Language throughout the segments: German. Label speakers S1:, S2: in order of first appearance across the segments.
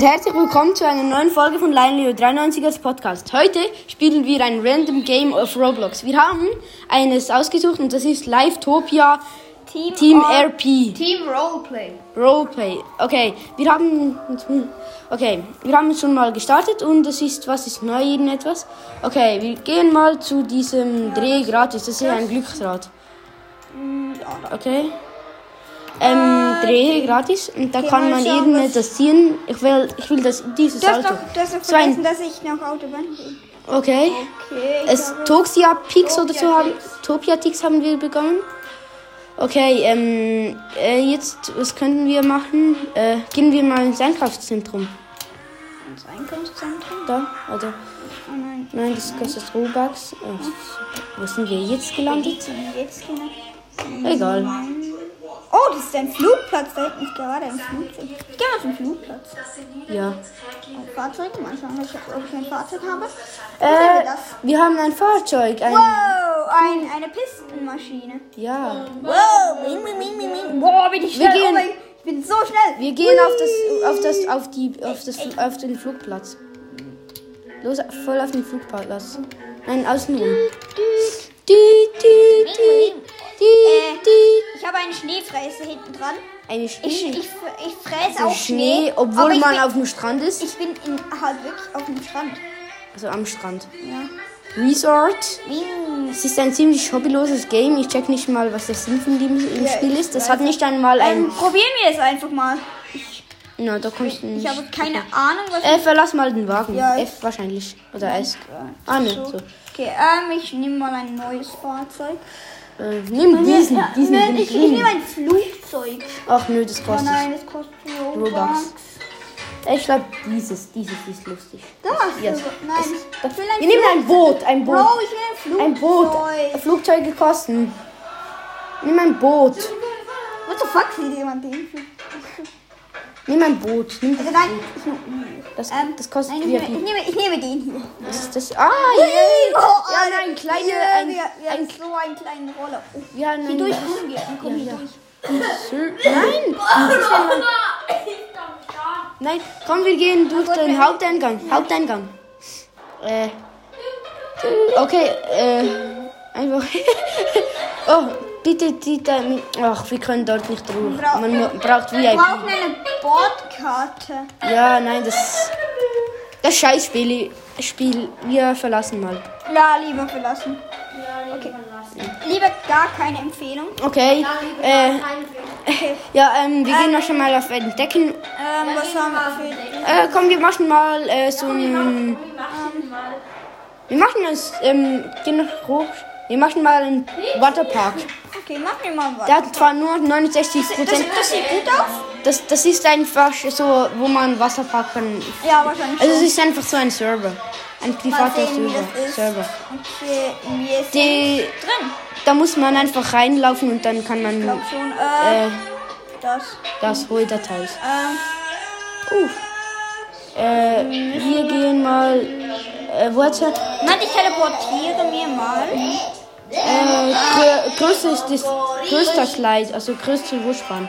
S1: Herzlich willkommen zu einer neuen Folge von Lionleo 93ers Podcast. Heute spielen wir ein Random Game of Roblox. Wir haben eines ausgesucht und das ist Livetopia
S2: Team,
S1: Team
S2: All-
S1: RP
S2: Team Roleplay.
S1: Roleplay. Okay, wir haben okay, wir haben schon mal gestartet und es ist was ist neu irgendetwas. Okay, wir gehen mal zu diesem Dreh gratis. Das ist ein Glücksrad. Okay. Ähm, Dreh gratis und da
S3: Okay,
S1: kann
S3: mal
S1: man
S3: schauen,
S1: irgendetwas ziehen. Ich will, ich will das, dieses
S3: Du hast
S1: Auto.
S3: doch, du hast doch
S1: So ein-
S3: vergessen, dass ich noch Autobahn bin.
S1: Okay.
S3: Okay. ich
S1: Es
S3: glaube-
S1: Toxia Pix oder so
S2: Toxia
S1: haben. Topia Tix haben wir bekommen. Okay, ähm, äh, jetzt, was könnten wir machen? Äh, gehen wir mal ins Einkaufszentrum.
S3: ins Einkaufszentrum.
S1: Da, oder?
S3: Oh nein.
S1: Nein, das kostet Robux. Äh, wo sind wir jetzt gelandet?
S3: Jetzt- Jetzt genau.
S1: Äh. Egal.
S3: Oh, das ist ein Flugplatz. Da hinten ist gerade ein Flugzeug. Ich gehe mal zum Flugplatz.
S1: Ja.
S3: Oh, Fahrzeuge. Mal schauen, ob ich- ob ich ein Fahrzeug habe. Ich
S1: Äh,
S3: habe das.
S1: wir haben ein Fahrzeug. Ein,
S3: Wow, ein, eine Pistenmaschine.
S1: ja.
S3: Wow, bing, bing, bing, bing, bing. Boah, bin ich
S1: Wir
S3: schnell.
S1: gehen-
S3: oh mein, ich bin so schnell.
S1: Wir gehen auf das, auf das, auf die, auf das, auf den Flugplatz. Los, voll auf den Flugplatz. Nein, außenrum. Die, die, die, die, die.
S3: Ich habe eine Schneefräse hinten dran.
S1: Eine
S3: Äh, Ich,
S1: Schnee.
S3: ich, ich fräse
S1: Hm. Also
S3: auch
S1: Schnee,
S3: Schnee. aber
S1: obwohl
S3: ich
S1: man
S3: bin,
S1: auf dem Strand ist.
S3: Ich bin in, halt wirklich auf dem Strand.
S1: Also am Strand.
S3: Ja. Ähm,
S1: Resort.
S3: Bing.
S1: Es ist ein ziemlich hobbyloses Game. Ich check nicht mal, was der Sinn von dem im
S3: Ja,
S1: Spiel
S3: ich
S1: ist. Das
S3: weiß
S1: hat nicht einmal
S3: Ähm,
S1: ein.
S3: probieren wir es einfach mal.
S1: Na, da kommst du
S3: Ich
S1: nicht.
S3: habe keine Ahnung, was.
S1: Äh, verlass mal den Wagen.
S3: Ja, ich-
S1: F wahrscheinlich. Oder S. Ah, ne. So.
S3: Okay, ähm, ich nehme mal ein neues Fahrzeug.
S1: Äh, nimm diesen.
S3: Ja,
S1: diesen
S3: nein,
S1: den
S3: ich, ich
S1: grünen.
S3: nehme ein Flugzeug.
S1: Ach nö, das
S3: Oh
S1: kostet.
S3: nein, das kostet Robux.
S1: Robux. Ich glaube, dieses, dieses ist lustig.
S3: Das,
S1: Yes.
S3: nein,
S1: Das-
S3: ich will ein
S1: Wir nehmen ein Boot, ein Boot.
S3: Bro, ich will ein Flugzeug.
S1: Ein Boot. Flugzeuge kosten. Nimm ein Boot.
S3: What the fuck, will jemand den Flugzeug?
S1: Nimm ein Boot. Nimm das,
S3: Also nein, ich nehme.
S1: das,
S3: Ähm,
S1: das kostet
S3: Nein, ich
S1: wir.
S3: nehme, ich, nehme, ich nehme den hier.
S1: Das ist das. Ah, yeah.
S3: Oh,
S1: Ja,
S3: Alter.
S1: nein, kleine-
S3: Yeah,
S1: ein-
S3: wir, wir
S1: ein-
S3: haben so einen kleinen Roller. Oh,
S1: Wir haben
S3: hier
S1: ein-
S3: durch müssen wir. Dann komm
S1: Ja,
S3: ich
S1: ja.
S3: durch.
S1: Nein. Nein, komm, wir gehen durch
S3: Gott,
S1: den
S3: wir-
S1: Haupteingang. Haupteingang. Äh. Okay, äh. Einfach. oh, bitte, die da. Ach, wir können dort nicht durch.
S3: Bra-
S1: Man mu- braucht
S3: Wir
S1: VIP.
S3: brauchen eine Bordkarte.
S1: Ja, nein, das. Das Scheißspiel. Spiel. Wir verlassen mal.
S3: Ja, lieber verlassen. Okay. Lieber gar keine Empfehlung.
S1: Okay. Äh, ja, ähm, wir gehen noch schon mal auf Entdecken.
S3: Ähm, was haben wir für
S1: Äh, komm, wir machen mal äh, so ein. Wir machen uns, ähm, gehen noch hoch. Wir machen mal einen Waterpark.
S3: Okay, mach mir mal was.
S1: Der hat zwar nur 69
S3: Das,
S1: Prozent.
S3: das sieht gut aus.
S1: Das, das ist einfach so, wo man Wasserpark kann.
S3: Ja, wahrscheinlich.
S1: Also es
S3: schon.
S1: ist einfach so ein Server. Ein
S3: Mal
S1: privater
S3: sehen, wie
S1: Server.
S3: das ist.
S1: Server.
S3: Okay, wir sind
S1: Die,
S3: drin.
S1: da muss man einfach reinlaufen und dann kann
S3: Ich
S1: man
S3: glaube schon. Äh,
S1: äh,
S3: das.
S1: das hohe Datei.
S3: Ähm,
S1: Uh. Äh, wir gehen mal. Äh, wo hat's ja?
S3: Mann, ich teleportiere mir mal.
S1: Mhm. Äh, grö- größer ist das größter Slide, also größte Wurstbahn.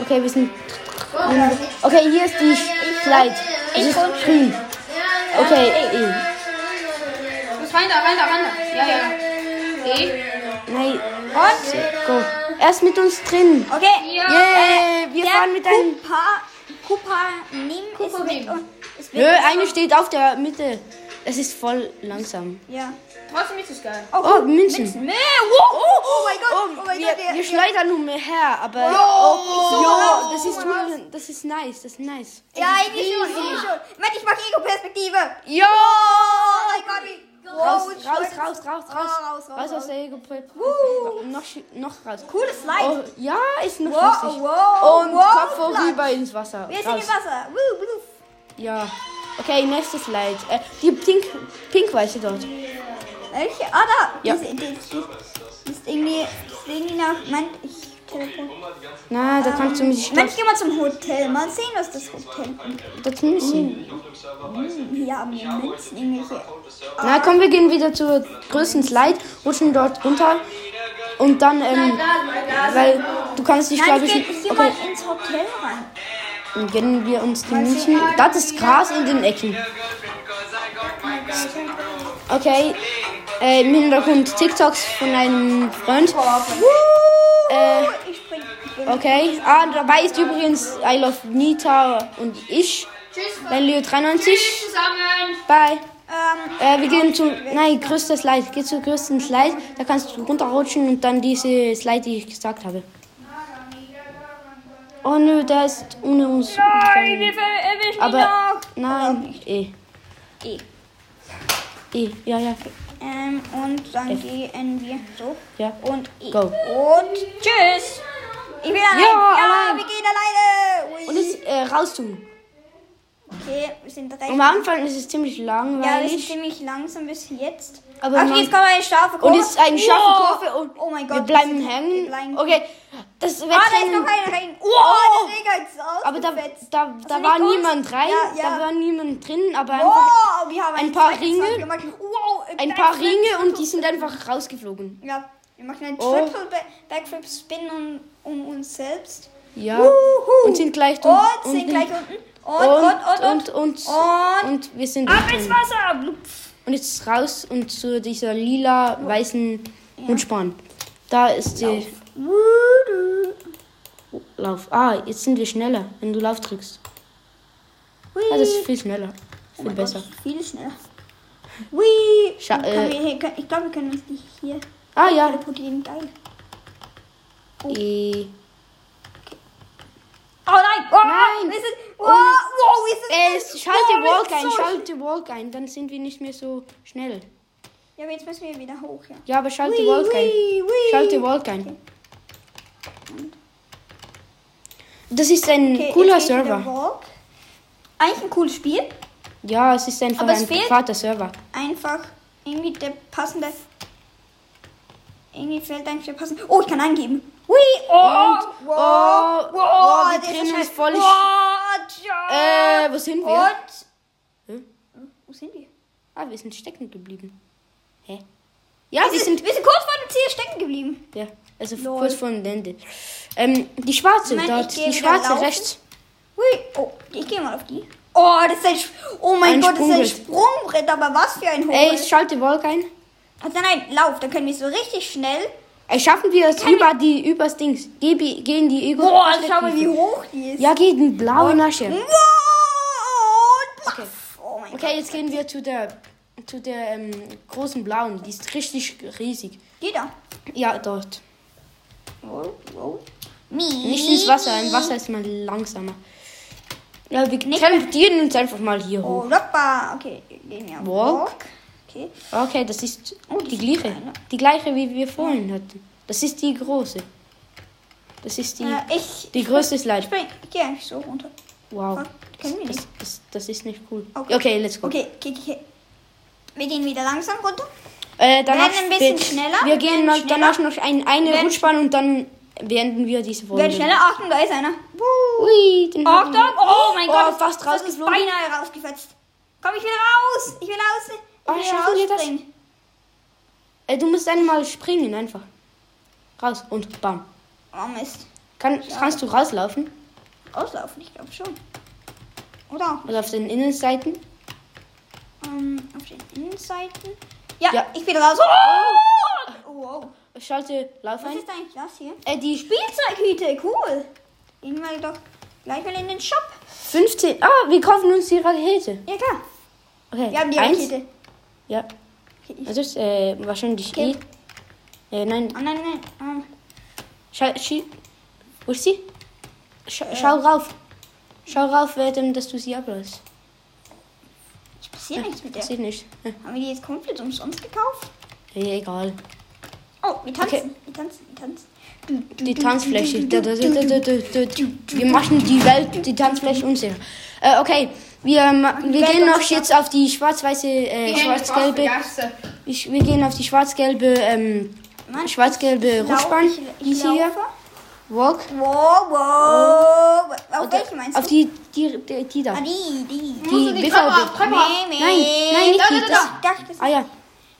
S1: Okay, wir sind. Okay, hier ist die Slide. Es ist grün. Okay, eh.
S2: Rein da, rein da, rein da. Ja, ja. Eh, Okay.
S1: Nein. Und? Go. Er ist mit uns drin.
S3: Okay. Äh,
S1: Yay, wir
S3: der
S1: fahren mit einem.
S3: Kupa, Kupa Nim ist mit
S2: Nim.
S3: uns. Ist mit
S1: Nö,
S3: uns.
S1: eine steht auf der Mitte. Es ist voll langsam.
S3: Ja.
S2: Trotzdem ist es geil.
S1: Oh, Münzen.
S3: Nee, wow, oh, oh mein Gott, oh, mein
S1: Wir,
S3: Gott, der,
S1: wir
S3: der,
S1: schleudern nur mehr her, aber. Oh, jo, das ist, cool. das ist nice, das ist nice.
S3: ja, eigentlich schon, eigentlich schon. Mann, ich mach Ego-Perspektive.
S1: Jo!
S3: Oh mein Gott,
S1: Raus,
S3: wow,
S1: raus,
S3: ich
S1: raus,
S3: schleudere-
S1: raus, raus, raus,
S3: Oh, raus, raus,
S1: aus
S3: raus.
S1: der Ego-Pulp.
S3: Woo.
S1: Noch, schi- noch raus.
S3: Cooles
S1: Oh,
S3: Slide.
S1: ja, ist noch
S3: Wow,
S1: lustig.
S3: wow,
S1: Und
S3: wow,
S1: Kopf
S3: Platz.
S1: vorüber ins Wasser.
S3: Wir sind
S1: Oh, raus.
S3: im Wasser. Woo, woo.
S1: Ja. Okay, nächstes Slide. Äh, die pink, pinkweiße dort.
S3: Welche? Ah, da.
S1: Ja.
S3: Das, das, das, das ist irgendwie, das ist irgendwie nach, Mann, ich teleportiere.
S1: Na,
S3: Ähm,
S1: da kannst du mich
S3: Mann,
S1: stoppen.
S3: ich geh mal zum Hotel. Mal sehen, was das Hotel anbietet.
S1: Das München.
S3: Hier haben wir Münzen, irgendwelche. Uh.
S1: Na, komm, wir gehen wieder zur größten Slide, rutschen dort runter. Und dann, ähm, weil du kannst dich,
S3: Nein,
S1: glaube
S3: ich
S1: ich,
S3: geh, ich geh
S1: okay.
S3: mal ins Hotel rein.
S1: Dann gönnen wir uns die Münzen. Das ist Gras in den Ecken. Okay. Äh, Im Hintergrund TikToks von einem Freund. Äh,
S3: Ich spring.
S1: okay. Ah, dabei ist übrigens I Love Nita und ich.
S2: Tschüss.
S1: Dann Leo 93.
S2: Tschüss zusammen.
S1: Bye.
S3: Ähm,
S1: Äh, wir gehen zu. Nein, größtes Leid. Geh zu größten Leid. Da kannst du runterrutschen und dann diese Slide, die ich gesagt habe. Oh nö, da ist ohne uns.
S3: nein, wir verewigt
S1: Aber. Nein. E.
S3: E.
S1: E. Ja, ja.
S3: Ähm, und dann gehen wir so.
S1: Ja.
S3: Und ich.
S1: Go.
S3: Und tschüss. Ich bin allein.
S1: Ja,
S3: ja
S1: allein.
S3: wir gehen alleine. Ui.
S1: Und jetzt äh, raus tun.
S3: okay, wir sind recht.
S1: Am Anfang ist es ziemlich
S3: Ja, wir sind
S1: langweilig.
S3: ziemlich langsam bis jetzt.
S1: Aber
S3: Ach,
S1: man-
S3: jetzt kommt eine scharfe Kurve.
S1: und jetzt eine scharfe
S3: Wow.
S1: Kurve und
S3: Oh mein Gott.
S1: wir bleiben
S3: sind- wir
S1: hängen.
S3: bleiben-
S1: Okay, das
S3: Ah, da ist
S1: Wegrennen.
S3: noch einer rein. Oh,
S1: Oh.
S3: der Digga ist aus.
S1: Aber da, da, da
S3: nicht
S1: war
S3: uns?
S1: niemand rein.
S3: Also Ja, ja.
S1: Da war niemand drin. Aber einfach
S3: Oh, wir haben
S1: ein
S3: einen
S1: paar
S3: zweiten
S1: Ringe.
S3: Zweig gemacht. Wow,
S1: ein paar
S3: Backflip.
S1: Ringe und die sind einfach rausgeflogen.
S3: Ja, wir machen einen
S1: Oh.
S3: Triple Ba- Backflip Spin um, um uns selbst.
S1: Ja.
S3: Uhu.
S1: Und sind gleich
S3: Und,
S1: dun-
S3: sind
S1: unten.
S3: gleich unten. Oh, Und,
S1: Und,
S3: und,
S1: und,
S3: und, und.
S1: und,
S3: Und-
S1: und wir sind
S3: Ab
S1: drin.
S3: ins Wasser. Blupf.
S1: Und jetzt raus und zu dieser lila-weißen Mundspann. Da ist die
S3: Wudu.
S1: Lauf. Ah, jetzt sind wir schneller, wenn du Lauf drückst. Ah, das ist viel schneller. Viel besser.
S3: Gott, Viel schneller. Wii.
S1: Scha-
S3: Können
S1: äh.
S3: wir hier- können- ich glaube, wir können uns die hier
S1: Ah ja.
S3: teleportieren. Geil.
S1: E
S3: Oh nein! Oh,
S1: Nein.
S3: Wir sind, oh,
S1: Und-
S3: wow, wir sind,
S1: äh, schalt
S3: wow,
S1: die
S3: wir
S1: Walk
S3: sind
S1: ein,
S3: so-
S1: schalt die Walk ein, dann sind wir nicht mehr so schnell.
S3: Ja, aber jetzt müssen wir wieder hoch, ja.
S1: Ja, aber schalt die
S3: Wii,
S1: Walk ein.
S3: wii, wii.
S1: Schalt die Walk ein. Das ist ein
S3: Okay,
S1: cooler
S3: jetzt gehe ich wieder
S1: Server.
S3: walk. Eigentlich ein cooles Spiel.
S1: Ja, es ist einfach
S3: Aber es
S1: ein
S3: fehlt-
S1: privater Server.
S3: Einfach irgendwie der passende. Irgendwie fehlt eigentlich der passende. Oh, ich kann angeben. Ui, oh,
S1: Und-
S3: wow,
S1: oh,
S3: wow,
S1: wow, wir
S3: der
S1: drehen
S3: ist so
S1: uns
S3: schnell.
S1: voll-
S3: Wow, ja.
S1: Äh, wo sind wir?
S3: Und. Wo sind wir?
S1: Ah, wir sind stecken geblieben. Hä? Ja, wir sind.
S3: wir sind kurz vor dem Ziel stecken geblieben.
S1: Ja, also
S3: Also Lol.
S1: kurz vor dem Ende. Ähm, die schwarze
S3: Moment,
S1: dort,
S3: ich gehe
S1: die
S3: wieder
S1: schwarze
S3: laufen.
S1: rechts.
S3: Ui, oh, ich gehe mal auf die. Oh, das ist ein. Sch- Oh mein
S1: Ein
S3: Gott, das ist ein
S1: Sprungbrett.
S3: Sprungbrett, aber was für ein
S1: Ey,
S3: Hoch.
S1: schalte Wolk ein.
S3: Also nein, lauf, dann können wir so richtig schnell.
S1: Ey, schaffen wir es über die, übers Dings. Geh, gehen die Ego.
S3: Boah, schau mal, Also wie hoch die Hm? ist.
S1: Ja, gegen die blaue Nasche.
S3: Wow! Okay. Oh mein
S1: Okay, jetzt gehen wir zu der, zu der ähm, großen blauen. Die ist richtig riesig.
S3: Gott. Die da.
S1: Ja, dort.
S3: Wow, wow. Mie.
S1: Nicht ins Wasser. Im Wasser ist man langsamer. Ja, wir
S3: Nicht-
S1: teleportieren uns einfach mal hier hoch.
S3: Oh, hoppa. Okay, gehen wir auf
S1: Walk.
S3: Walk. Okay.
S1: Okay, das ist
S3: Oh,
S1: die
S3: die
S1: gleiche.
S3: kleine.
S1: Die gleiche, wie wir vorhin hatten. Das ist die große. Das ist die.
S3: Äh, ich
S1: Die größte ist leicht.
S3: spring. Ich gehe eigentlich so runter.
S1: Wow.
S3: Fuck, können wir
S1: Das,
S3: nicht.
S1: das, das ist nicht cool. Okay,
S3: Okay.
S1: let's go.
S3: Okay, okay, okay. Wir gehen wieder langsam runter.
S1: Äh, danach
S3: Werden ein bisschen
S1: spät-
S3: schneller,
S1: Wir gehen
S3: werden
S1: noch,
S3: schneller.
S1: danach noch ein, eine
S3: Werden-
S1: Rutschbahn und dann beenden wir diese Folge.
S3: Werde schneller. Achtung, da ist einer.
S1: Ui, den haben
S3: Achtung!
S1: wir-
S3: Oh mein Gott!
S1: Oh, fast
S3: das ist
S1: rausgeflogen.
S3: beinahe rausgefetzt. Komm, ich will raus! Ich will raus! Ich
S1: Oh,
S3: will
S1: schaffen wir das?
S3: rausspringen.
S1: Äh, du musst einmal springen, einfach. Raus und bam.
S3: Oh Mist.
S1: Kann, kannst du rauslaufen?
S3: Auslaufen, ich glaube schon. Oder auch
S1: Also auf den Innenseiten?
S3: ähm, auf den Innenseiten. Ja,
S1: Ja.
S3: ich bin raus. Oh! Wow.
S1: Schalte Lauf
S3: Was
S1: ein.
S3: ist eigentlich das hier?
S1: Äh, die Spiel
S3: Spielzeughüte, cool. Gehen wir doch gleich mal in den Shop.
S1: 15. Ah, wir kaufen uns die Rakete.
S3: Ja, klar.
S1: Okay.
S3: Wir haben die
S1: Äh, eins.
S3: Rakete.
S1: Ja.
S3: Okay, ich-
S1: Das ist äh, wahrscheinlich
S3: Okay.
S1: eh. Äh, nein,
S3: Oh nein, nein. Ähm,
S1: Schau, schi- wo ist sie? Schau, schau rauf. Schau rauf, Adam, dass du sie ablässt.
S3: es passiert nichts mit der.
S1: Sieht nicht. Äh,
S3: Haben wir die jetzt komplett umsonst gekauft?
S1: egal.
S3: Oh, wir tanzen.
S1: Okay.
S3: Wir tanzen, wir tanzen.
S1: Die Tanzfläche. Du, du, du, du, du, du, du. Wir machen die Welt, die Tanzfläche unsicher. Äh, okay, wir, ma- wir
S3: Welt
S1: gehen noch
S3: unsicher.
S1: jetzt auf die schwarz-weiße, äh, schwarz-gelbe. Ich, wir gehen auf die schwarz-gelbe, ähm,
S3: Mann,
S1: schwarz-gelbe
S3: ich lau-
S1: Rutschbahn.
S3: ich-
S1: Die
S3: Ich
S1: ist hier.
S3: laufe.
S1: Walk.
S3: Wow, wow. Auf welche meinst du?
S1: Oh. Auf die, die, die, die da.
S3: Ah, die, die.
S1: Die BVB.
S2: Prepper.
S3: Nee,
S1: Nein,
S3: nee.
S1: nein, nicht
S2: Da,
S1: die.
S2: da, da,
S1: Das,
S2: da.
S3: Ich dachte, das
S1: ah Äh. ja.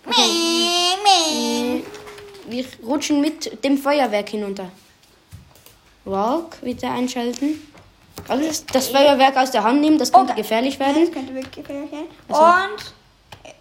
S3: Meh, meh.
S1: Wir rutschen mit dem Feuerwerk hinunter. Walk, wieder einschalten. Also das, das Feuerwerk aus der Hand nehmen, das könnte
S3: Okay.
S1: gefährlich
S3: Das
S1: werden.
S3: könnte wirklich gefährlich werden.
S1: Also-
S3: Und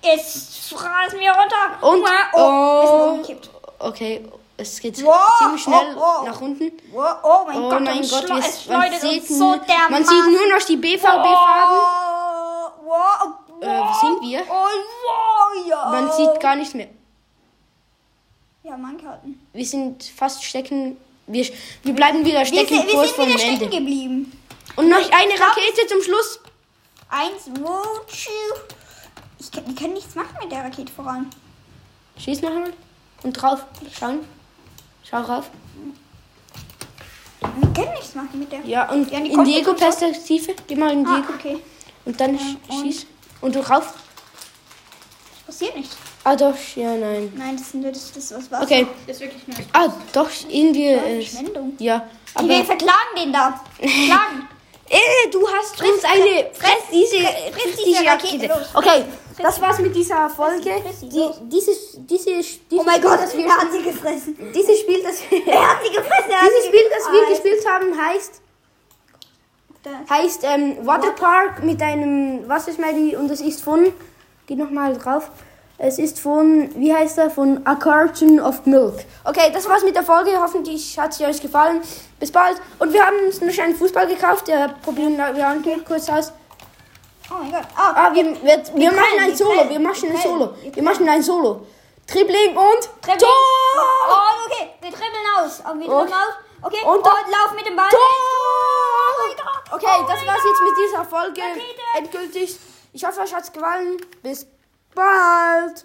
S3: jetzt rasen wir runter.
S1: Und
S3: Wow,
S1: oh,
S3: wir sind umgekippt.
S1: okay, es geht
S3: Wow,
S1: ziemlich schnell
S3: oh, oh.
S1: nach unten.
S3: Wow, oh mein
S1: Oh
S3: Gott,
S1: mein
S3: das
S1: Gott,
S3: Schlo-
S1: wir,
S3: es
S1: man,
S3: schleudert
S1: sieht,
S3: uns so
S1: nur-
S3: dermaßen.
S1: man sieht nur noch die BVB-Farben.
S3: Oh, wow,
S1: Äh,
S3: wow.
S1: wo sind wir?
S3: Oh, wow, ja.
S1: Man sieht gar nicht mehr.
S3: Ja, Mann, Karten.
S1: Wir sind fast stecken. Wir, wir bleiben wieder
S3: Wir,
S1: stecken
S3: sind- wir
S1: kurz
S3: sind
S1: vor
S3: wieder
S1: dem
S3: stecken
S1: Ende.
S3: geblieben.
S1: Und noch eine Rakete zum Schluss.
S3: Eins, wo, tschu. Ich kann, wir können nichts machen mit der Rakete voran.
S1: Schieß noch einmal. Und drauf. Schauen. Schau drauf.
S3: Wir können nichts machen mit der.
S1: Ja, und
S3: Ja, die
S1: in
S3: kommt, die
S1: Diego-Perspektive. Geh mal in
S3: Ah,
S1: Diego.
S3: okay.
S1: Und dann
S3: und-
S1: schieß. Und du drauf.
S3: Passiert nichts.
S1: Ah, doch. Ja, nein.
S3: Nein, das ist nur das, das was war.
S1: Okay.
S2: Das ist wirklich nur.
S1: Ah, doch. Irgendwie ist.
S3: Verschwendung.
S1: Ja.
S3: Aber wir
S1: Aber.
S3: verklagen den da. Klagen.
S1: Äh, du hast uns eine. Fress diese.
S3: friss diese Rakete. Los.
S1: Okay. Das war's mit dieser Folge.
S3: Friss sie, friss sie,
S1: Die,
S3: los.
S1: dieses, dieses,
S3: oh
S1: dieses
S3: mein Gott,
S1: das wir,
S3: er hat sie gefressen.
S1: dieses Spiel, das wir,
S3: Er hat sie gefressen. er hat
S1: dieses
S3: sie
S1: Spiel, das wir
S3: gefressen.
S1: gespielt haben, heißt,
S3: Da-
S1: heißt ähm, Waterpark mit einem Wasserschmelzi und es ist von, geht nochmal drauf, es ist von, wie heißt er, von A Carton of Milk. Okay, das war's mit der Folge. Hoffentlich hat sie euch gefallen. Bis bald. Und wir haben uns noch einen Fußball gekauft. Der probieren wir auch noch kurz aus.
S3: Oh mein Gott. Ah,
S1: Ah, wir, wir, wir machen ein
S3: wir
S1: Solo.
S3: können,
S1: Wir machen ein
S3: wir können,
S1: Solo. Wir machen ein Solo. Dribbling und
S3: Dribbling.
S1: Tor!
S3: Oh, okay. Wir dribbeln aus. Und wir dribbeln
S1: Okay.
S3: aus. Okay.
S1: Und
S3: Und,
S1: dann-
S3: lauf mit dem Ball.
S1: Tor!
S3: Oh mein Gott.
S1: Okay,
S3: Oh
S1: das
S3: mein
S1: war's
S3: Gott.
S1: jetzt mit dieser Folge.
S3: Rakete.
S1: Endgültig. Ich hoffe, euch hat's gefallen. Bis bald.